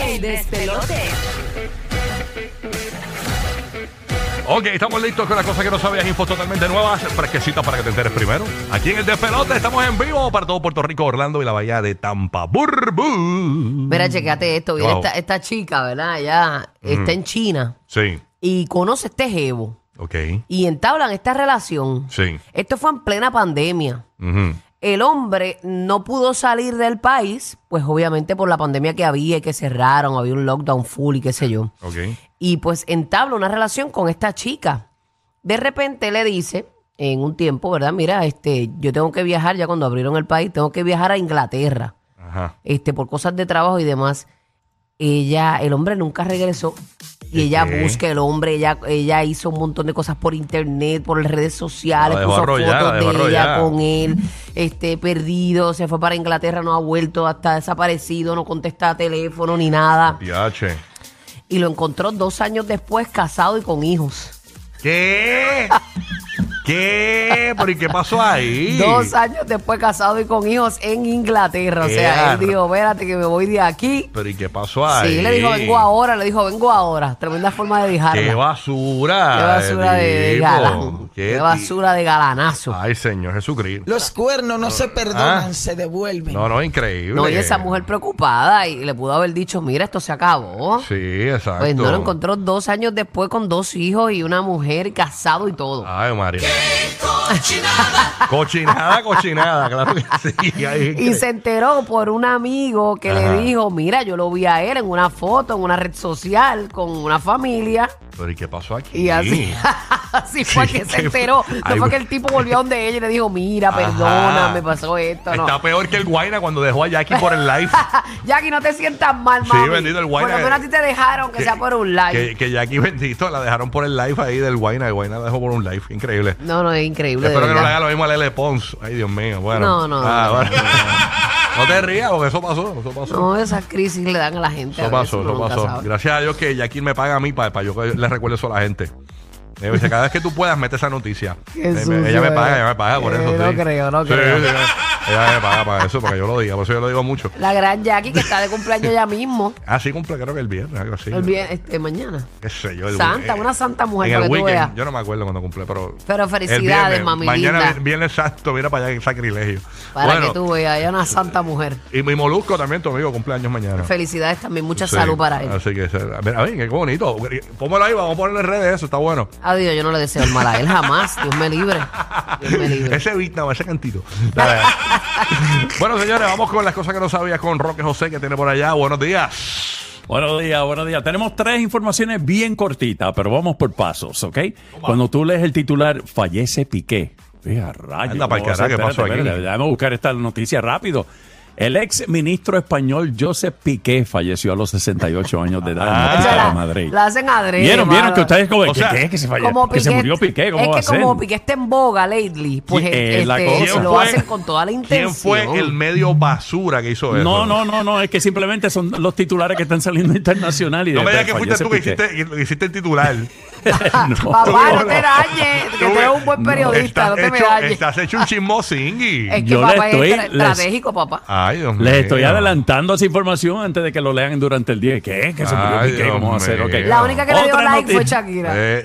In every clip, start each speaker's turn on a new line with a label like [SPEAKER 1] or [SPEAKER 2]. [SPEAKER 1] El despelote.
[SPEAKER 2] Ok, estamos listos con las cosas que no sabías, infos totalmente nuevas, fresquecitas para que te enteres primero. Aquí en el Despelote estamos en vivo para todo Puerto Rico, Orlando y la bahía de Tampa. Burbu.
[SPEAKER 3] Mira, checate esto. Viene
[SPEAKER 2] Wow.
[SPEAKER 3] esta, esta chica, ¿verdad? Ella está en China
[SPEAKER 2] Sí,
[SPEAKER 3] y conoce este jevo
[SPEAKER 2] ok.
[SPEAKER 3] y entablan esta relación.
[SPEAKER 2] Sí.
[SPEAKER 3] Esto fue en plena pandemia.
[SPEAKER 2] Ujú.
[SPEAKER 3] El hombre no pudo salir del país, pues obviamente por la pandemia que había y que cerraron, había un lockdown full y qué sé yo.
[SPEAKER 2] Ok.
[SPEAKER 3] y pues entabla una relación con esta chica. De repente le dice, en un tiempo, ¿verdad? Mira, este, yo tengo que viajar, ya cuando abrieron el país, tengo que viajar a Inglaterra,
[SPEAKER 2] Ajá.
[SPEAKER 3] este, por cosas de trabajo y demás. Ella, el hombre nunca regresó. Y ella
[SPEAKER 2] ¿Qué?
[SPEAKER 3] busca el hombre, ella, ella hizo un montón de cosas por internet, por las redes sociales,
[SPEAKER 2] La dejó
[SPEAKER 3] puso
[SPEAKER 2] arrollar, la
[SPEAKER 3] fotos
[SPEAKER 2] dejó
[SPEAKER 3] de ella
[SPEAKER 2] arrollar.
[SPEAKER 3] con él, este, perdido, se fue para Inglaterra, no ha vuelto, está desaparecido, no contesta teléfono ni nada
[SPEAKER 2] Piache.
[SPEAKER 3] y lo encontró dos años después casado y con hijos.
[SPEAKER 2] ¿Qué? ¿Qué? ¿Pero y qué pasó ahí?
[SPEAKER 3] Dos años después casado y con hijos en Inglaterra. O
[SPEAKER 2] Qué
[SPEAKER 3] sea, él
[SPEAKER 2] ar-
[SPEAKER 3] dijo, espérate que me voy de aquí.
[SPEAKER 2] ¿Pero y qué pasó ahí?
[SPEAKER 3] Sí, le dijo, vengo ahora, le dijo, vengo ahora. Tremenda forma de dejarla.
[SPEAKER 2] ¡Qué basura!
[SPEAKER 3] Qué basura de, de
[SPEAKER 2] tipo!
[SPEAKER 3] galán.
[SPEAKER 2] ¡Qué
[SPEAKER 3] Qué,
[SPEAKER 2] ti-
[SPEAKER 3] basura de galanazo.
[SPEAKER 2] Ay, Señor Jesucristo.
[SPEAKER 4] Los cuernos no se perdonan,
[SPEAKER 2] Ah.
[SPEAKER 4] se devuelven.
[SPEAKER 2] No, no, increíble.
[SPEAKER 3] no, y esa mujer preocupada y le pudo haber dicho, mira, esto se acabó.
[SPEAKER 2] Sí, exacto.
[SPEAKER 3] Pues no lo encontró dos años después con dos hijos y una mujer casado y todo.
[SPEAKER 2] Ay, María. cochinada! Cochinada, cochinada, claro que sí. Ay,
[SPEAKER 3] Y se enteró por un amigo que
[SPEAKER 2] Ajá.
[SPEAKER 3] le dijo, mira, yo lo vi a él en una foto, en una red social, con una familia.
[SPEAKER 2] Pero ¿y qué pasó aquí?
[SPEAKER 3] Y así, así fue
[SPEAKER 2] Sí,
[SPEAKER 3] que se
[SPEAKER 2] qué-
[SPEAKER 3] enteró. No
[SPEAKER 2] Ay,
[SPEAKER 3] fue
[SPEAKER 2] güey.
[SPEAKER 3] que el tipo volvió a donde ella y le dijo, mira,
[SPEAKER 2] Ajá.
[SPEAKER 3] perdona, me pasó esto. No.
[SPEAKER 2] Está peor que el Guaina cuando dejó a Jackie por el live.
[SPEAKER 3] Jackie, no te sientas mal,
[SPEAKER 2] Sí,
[SPEAKER 3] mami.
[SPEAKER 2] bendito el
[SPEAKER 3] Por
[SPEAKER 2] guayna
[SPEAKER 3] lo
[SPEAKER 2] que-
[SPEAKER 3] menos a ti te dejaron, que, sea por un like.
[SPEAKER 2] Que, que Jackie, bendito, la dejaron por el live ahí del Guaina. El Guaina la dejó por un live. Increíble.
[SPEAKER 3] No, no, es increíble. de
[SPEAKER 2] Espero que no le
[SPEAKER 3] verdad.
[SPEAKER 2] haga lo mismo a Lele Pons. Ay, Dios mío. Bueno.
[SPEAKER 3] No, no,
[SPEAKER 2] Ah,
[SPEAKER 3] no.
[SPEAKER 2] bueno. No te rías, porque eso pasó. Eso pasó.
[SPEAKER 3] No, esas crisis le dan a la gente.
[SPEAKER 2] Eso
[SPEAKER 3] a veces,
[SPEAKER 2] pasó,
[SPEAKER 3] uno
[SPEAKER 2] eso
[SPEAKER 3] nunca
[SPEAKER 2] pasó.
[SPEAKER 3] sabe.
[SPEAKER 2] Gracias a Dios que Jackie me paga a mí para, yo que le recuerde eso a la gente. Me dice, cada vez que tú puedas, mete esa noticia.
[SPEAKER 3] Qué
[SPEAKER 2] Eh, me-
[SPEAKER 3] sucio,
[SPEAKER 2] ella me paga,
[SPEAKER 3] eh.
[SPEAKER 2] ella me paga por
[SPEAKER 3] Eh,
[SPEAKER 2] eso.
[SPEAKER 3] no
[SPEAKER 2] sí.
[SPEAKER 3] creo, no
[SPEAKER 2] Sí,
[SPEAKER 3] creo.
[SPEAKER 2] sí, sí. ella me paga para eso, porque yo lo diga, por eso yo lo digo mucho.
[SPEAKER 3] La gran Jackie que está de cumpleaños ya mismo.
[SPEAKER 2] Ah, sí, cumple, creo que el viernes, algo así.
[SPEAKER 3] El bien- este, mañana.
[SPEAKER 2] Qué sé yo, el
[SPEAKER 3] Santa,
[SPEAKER 2] weekend.
[SPEAKER 3] una santa mujer,
[SPEAKER 2] En el
[SPEAKER 3] para que tú
[SPEAKER 2] weekend,
[SPEAKER 3] veas.
[SPEAKER 2] yo no me acuerdo cuando cumple, pero.
[SPEAKER 3] Pero
[SPEAKER 2] el
[SPEAKER 3] felicidades,
[SPEAKER 2] viernes,
[SPEAKER 3] mami
[SPEAKER 2] Mañana,
[SPEAKER 3] linda.
[SPEAKER 2] vi- viernes santo, mira para allá, qué sacrilegio.
[SPEAKER 3] Para
[SPEAKER 2] bueno,
[SPEAKER 3] que tú veas, ella es una santa mujer.
[SPEAKER 2] Y mi molusco también, tu amigo, cumpleaños mañana.
[SPEAKER 3] Felicidades también, mucha
[SPEAKER 2] Sí,
[SPEAKER 3] salud para él.
[SPEAKER 2] Así que, a ver, a ver, qué bonito. Póngalo ahí, vamos a ponerle en redes, eso está bueno.
[SPEAKER 3] Adiós, yo no le deseo el mal a él jamás. Dios me libre. Dios me libre.
[SPEAKER 2] Ese Vietnam, ese cantito. Dale, dale. bueno, señores, vamos con las cosas que no sabías con Roque José, que tiene por allá. Buenos días.
[SPEAKER 5] Buenos días, buenos días. Tenemos tres informaciones bien cortitas, pero vamos por pasos, ¿ok? Cuando tú lees el titular, fallece Piqué. Fija, rayos.
[SPEAKER 2] Anda pa'l
[SPEAKER 5] ¿cómo va a ser?
[SPEAKER 2] carajo, ¿qué pasó
[SPEAKER 5] Espérate,
[SPEAKER 2] aquí?
[SPEAKER 5] espérate, Déjame buscar esta noticia rápido. El ex ministro español Josep Piqué falleció a los 68 años de edad en
[SPEAKER 2] Ah.
[SPEAKER 5] la
[SPEAKER 3] Eso
[SPEAKER 5] pista
[SPEAKER 3] la-
[SPEAKER 5] de Madrid.
[SPEAKER 3] la hacen adrede,
[SPEAKER 5] Vieron, vieron
[SPEAKER 3] mano.
[SPEAKER 5] que ustedes como,
[SPEAKER 2] O sea,
[SPEAKER 5] ¿qué, qué? que se falle-
[SPEAKER 3] Como
[SPEAKER 5] que se
[SPEAKER 3] Piqué-
[SPEAKER 5] murió Piqué, ¿cómo
[SPEAKER 3] es
[SPEAKER 5] va
[SPEAKER 3] que
[SPEAKER 5] a ser?
[SPEAKER 3] como Piqué está en boga lately, pues
[SPEAKER 5] Sí,
[SPEAKER 3] eh,
[SPEAKER 5] es la
[SPEAKER 3] este,
[SPEAKER 5] cosa.
[SPEAKER 3] se lo
[SPEAKER 5] ¿Quién
[SPEAKER 3] hacen con toda la intención.
[SPEAKER 2] ¿Quién fue el medio basura que hizo eso?
[SPEAKER 5] No, no, no, no, es que simplemente son los titulares que están saliendo internacional y
[SPEAKER 2] No me digas
[SPEAKER 5] después
[SPEAKER 2] que fuiste
[SPEAKER 5] fallece
[SPEAKER 2] tú que
[SPEAKER 5] Piqué.
[SPEAKER 2] hiciste, que hiciste el titular.
[SPEAKER 5] No.
[SPEAKER 3] Papá, no te dañes, que
[SPEAKER 2] Tú-
[SPEAKER 3] tú eres un buen periodista, no, te me Eh.
[SPEAKER 2] hecho,
[SPEAKER 3] dañes.
[SPEAKER 2] Estás hecho un chismosingui.
[SPEAKER 3] es que
[SPEAKER 5] Yo le
[SPEAKER 3] papá
[SPEAKER 5] estoy-
[SPEAKER 3] es estra-
[SPEAKER 5] les- Ah,
[SPEAKER 3] estratégico, papá.
[SPEAKER 2] Ay, Dios mío.
[SPEAKER 5] Les estoy adelantando esa información antes de que lo lean durante el día. ¿Qué? ¿Qué se murió
[SPEAKER 2] Ay,
[SPEAKER 5] Piqué?
[SPEAKER 2] Dios
[SPEAKER 5] Vamos a hacer?
[SPEAKER 2] mío.
[SPEAKER 5] ok.
[SPEAKER 3] La única que le dio
[SPEAKER 5] Otra
[SPEAKER 3] like fue
[SPEAKER 5] noti-
[SPEAKER 3] Shakira.
[SPEAKER 2] Eh,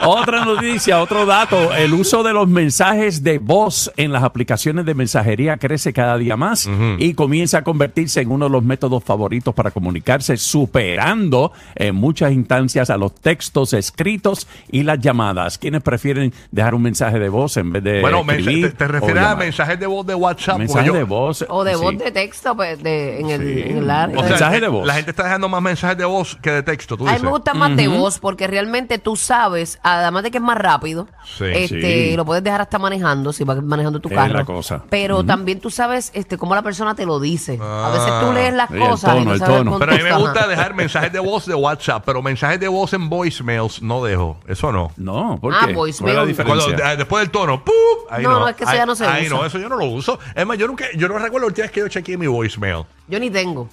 [SPEAKER 5] Otra noticia, otro dato. El uso de los mensajes de voz en las aplicaciones de mensajería crece cada día más y comienza a convertirse en uno de los métodos favoritos para comunicarse, superando en muchas instancias a los textos escritos y las llamadas. Quienes prefieren dejar un mensaje de voz en vez de
[SPEAKER 2] bueno, mensa-
[SPEAKER 5] escribir
[SPEAKER 2] te, te
[SPEAKER 5] o
[SPEAKER 2] refieres a
[SPEAKER 5] llamar?
[SPEAKER 2] mensajes de voz de WhatsApp. porque
[SPEAKER 5] Mensajes
[SPEAKER 2] yo-
[SPEAKER 5] de voz.
[SPEAKER 3] O de
[SPEAKER 5] sí.
[SPEAKER 3] voz de texto, pues, de, en, el, en el área.
[SPEAKER 2] O sea,
[SPEAKER 5] Mensajes de voz.
[SPEAKER 2] La gente está dejando más mensajes de voz que de texto, tú
[SPEAKER 3] A mí
[SPEAKER 2] dices.
[SPEAKER 3] me gusta más de voz porque realmente tú sabes, además de que es más rápido,
[SPEAKER 2] Sí,
[SPEAKER 3] este,
[SPEAKER 5] sí.
[SPEAKER 3] lo puedes dejar hasta manejando, si vas manejando tu
[SPEAKER 5] Es
[SPEAKER 3] carro.
[SPEAKER 5] la cosa.
[SPEAKER 3] Pero también tú sabes este, cómo la persona te lo dice.
[SPEAKER 2] Ah.
[SPEAKER 3] A veces tú lees las
[SPEAKER 5] Sí, el
[SPEAKER 3] cosas y
[SPEAKER 5] tono,
[SPEAKER 3] no
[SPEAKER 5] el
[SPEAKER 3] sabes
[SPEAKER 5] tono.
[SPEAKER 3] el
[SPEAKER 2] Pero a mí me
[SPEAKER 3] contexto,
[SPEAKER 2] gusta
[SPEAKER 3] ajá.
[SPEAKER 2] dejar mensajes de voz de WhatsApp, pero mensajes de voz en voicemails no dejo. Eso no.
[SPEAKER 5] No, ¿por
[SPEAKER 3] Ah,
[SPEAKER 5] qué?
[SPEAKER 3] voicemail.
[SPEAKER 5] ¿Cuál es la diferencia?
[SPEAKER 2] Cuando- de- después del tono, ¡pum! Ahí no,
[SPEAKER 3] No, no, es que eso
[SPEAKER 2] ahí,
[SPEAKER 3] ya no se
[SPEAKER 2] ahí
[SPEAKER 3] usa.
[SPEAKER 2] no, eso yo no lo uso. Es más, yo nunca, yo no recuerdo la última vez que yo chequeé mi voicemail.
[SPEAKER 3] Yo ni tengo.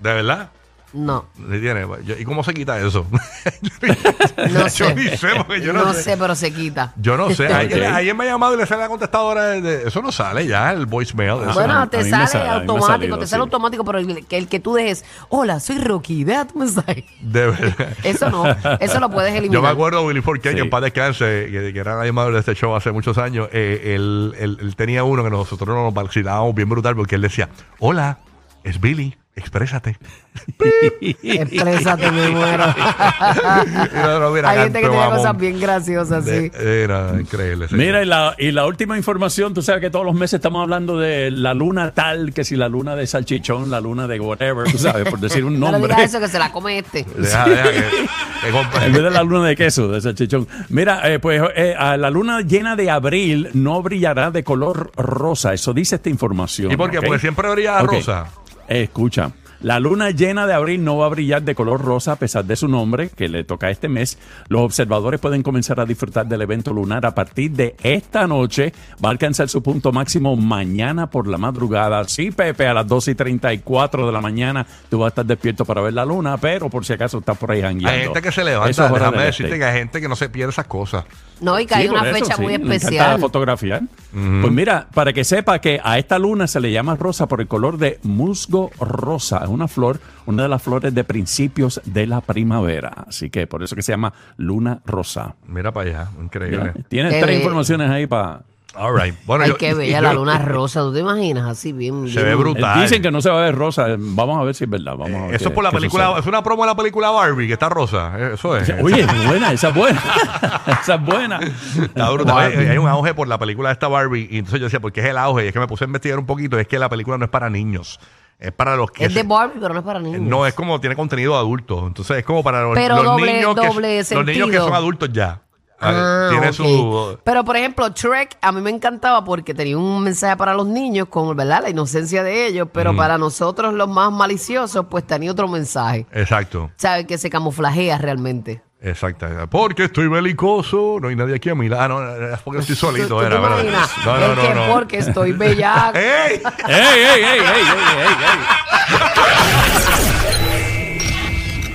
[SPEAKER 2] ¿De verdad?
[SPEAKER 3] No.
[SPEAKER 2] Sí tiene. Yo- ¿Y cómo se quita eso?
[SPEAKER 3] No sé.
[SPEAKER 2] Yo ni sé, porque yo no, sé.
[SPEAKER 3] pero se quita.
[SPEAKER 2] Yo no sé. Ayer,
[SPEAKER 5] Ok.
[SPEAKER 2] ayer me ha llamado y le sale la contestadora. de- de- eso no sale ya, el voicemail. de eso.
[SPEAKER 3] bueno,
[SPEAKER 5] a- a
[SPEAKER 3] te
[SPEAKER 5] mí me
[SPEAKER 3] sale
[SPEAKER 5] sale, a mí me ha
[SPEAKER 3] automático,
[SPEAKER 5] salido,
[SPEAKER 3] te sale
[SPEAKER 5] sí.
[SPEAKER 3] automático, pero el que, el que tú dejes, hola, soy Rocky, vea tu mensaje.
[SPEAKER 2] De verdad.
[SPEAKER 3] Eso no, eso lo puedes eliminar.
[SPEAKER 2] Yo me acuerdo de Willy Forqueño,
[SPEAKER 5] Sí.
[SPEAKER 2] en paz descanse, que, que era el animador de este show hace muchos años. eh, él, él- él tenía uno que nosotros nos vacilábamos bien brutal porque él decía: Hola, es Billy, exprésate.
[SPEAKER 3] Exprésate, me muero.
[SPEAKER 2] Mira, no, mira,
[SPEAKER 3] Hay gente que tiene
[SPEAKER 2] canto, mamón.
[SPEAKER 3] cosas bien graciosas, sí.
[SPEAKER 2] De- Era increíble. sí.
[SPEAKER 5] Mira, y la, y la última información, tú sabes que todos los meses estamos hablando de la luna tal, que si la luna de salchichón, la luna de whatever, tú sabes, por decir un
[SPEAKER 3] No, le
[SPEAKER 5] nombre.
[SPEAKER 3] digas eso que se la come este.
[SPEAKER 2] Deja, deja que, que compa-
[SPEAKER 5] En vez de la luna de queso, de salchichón. Mira, eh, pues eh, a la luna llena de abril no brillará de color rosa. Eso dice esta información.
[SPEAKER 2] ¿Y por qué?
[SPEAKER 5] ¿ok?
[SPEAKER 2] Porque siempre brilla
[SPEAKER 5] Ok.
[SPEAKER 2] rosa.
[SPEAKER 5] Eh, escucha. La luna llena de abril no va a brillar de color rosa a pesar de su nombre, que le toca este mes. Los observadores pueden comenzar a disfrutar del evento lunar a partir de esta noche. Va a alcanzar su punto máximo mañana por la madrugada. Sí, Pepe, a las 2 y 34 de la mañana tú vas a estar despierto para ver la luna, pero por si acaso estás por ahí jangueando.
[SPEAKER 2] Hay gente que se
[SPEAKER 5] Eso
[SPEAKER 2] levanta.
[SPEAKER 5] es hora
[SPEAKER 2] Déjame
[SPEAKER 5] del
[SPEAKER 2] decirte
[SPEAKER 5] este.
[SPEAKER 2] que hay gente que no se pierde esas cosas.
[SPEAKER 3] No, y que hay
[SPEAKER 5] Sí,
[SPEAKER 3] una
[SPEAKER 5] por eso,
[SPEAKER 3] fecha
[SPEAKER 5] sí,
[SPEAKER 3] muy
[SPEAKER 5] le encanta
[SPEAKER 3] especial.
[SPEAKER 5] fotografiar. Pues mira, para que sepa que a esta luna se le llama rosa por el color de musgo rosa. Es una flor, una de las flores de principios de la primavera. Así que por eso que se llama luna rosa.
[SPEAKER 2] Mira para allá, increíble.
[SPEAKER 5] Mira, Tienes
[SPEAKER 3] Qué
[SPEAKER 5] tres
[SPEAKER 3] bello.
[SPEAKER 5] informaciones ahí para...
[SPEAKER 2] All right. Bueno,
[SPEAKER 3] Ay,
[SPEAKER 2] yo-
[SPEAKER 3] qué bella
[SPEAKER 2] yo-
[SPEAKER 3] la luna rosa, ¿tú te imaginas? Así bien.
[SPEAKER 2] Se
[SPEAKER 3] bien-
[SPEAKER 2] ve brutal.
[SPEAKER 5] Eh,
[SPEAKER 2] Eh,
[SPEAKER 5] Dicen que no se va a ver rosa. Vamos a ver si es verdad. Vamos a ver
[SPEAKER 2] Eso
[SPEAKER 5] qué-
[SPEAKER 2] es por la
[SPEAKER 5] qué
[SPEAKER 2] película, es una promo de la película Barbie, que está rosa. eh, Eso es.
[SPEAKER 5] sucede. Oye, buena, esa es buena. esa es buena.
[SPEAKER 2] Está brutal. Hay, hay un auge por la película de esta Barbie. Y entonces yo decía, ¿por qué es el auge? Y es que me puse a investigar un poquito. y es que la película no es para niños. Es para los que.
[SPEAKER 3] Es de
[SPEAKER 2] se-
[SPEAKER 3] Barbie, pero no es para niños.
[SPEAKER 2] no, es como tiene contenido adulto. Entonces es como para los,
[SPEAKER 3] Pero
[SPEAKER 2] los
[SPEAKER 3] doble-
[SPEAKER 2] niños que,
[SPEAKER 3] doble
[SPEAKER 2] los niños que
[SPEAKER 3] sentido.
[SPEAKER 2] son adultos ya.
[SPEAKER 3] Ah,
[SPEAKER 2] tiene
[SPEAKER 3] ok.
[SPEAKER 2] su.
[SPEAKER 3] Pero por ejemplo, Trek a mí me encantaba porque tenía un mensaje para los niños con ¿verdad? la inocencia de ellos, pero para nosotros los más maliciosos pues tenía otro mensaje,
[SPEAKER 2] Exacto.
[SPEAKER 3] ¿sabes? Que se camuflajea realmente.
[SPEAKER 2] Exacto. Porque estoy belicoso. No hay nadie aquí a mi lado. Ah, no, es porque estoy
[SPEAKER 3] ¿Tú-
[SPEAKER 2] solito.
[SPEAKER 3] tú
[SPEAKER 2] Era,
[SPEAKER 3] te
[SPEAKER 2] ¿verdad?
[SPEAKER 3] imaginas?
[SPEAKER 2] No,
[SPEAKER 3] El
[SPEAKER 2] no,
[SPEAKER 3] que
[SPEAKER 2] no, no.
[SPEAKER 3] Porque estoy bellaco.
[SPEAKER 2] ¡Ey!
[SPEAKER 5] ¡Ey, ey, ey, ey, ey, ey, ey!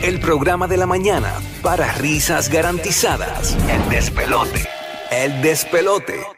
[SPEAKER 1] El programa de la mañana para risas garantizadas. El despelote. El despelote.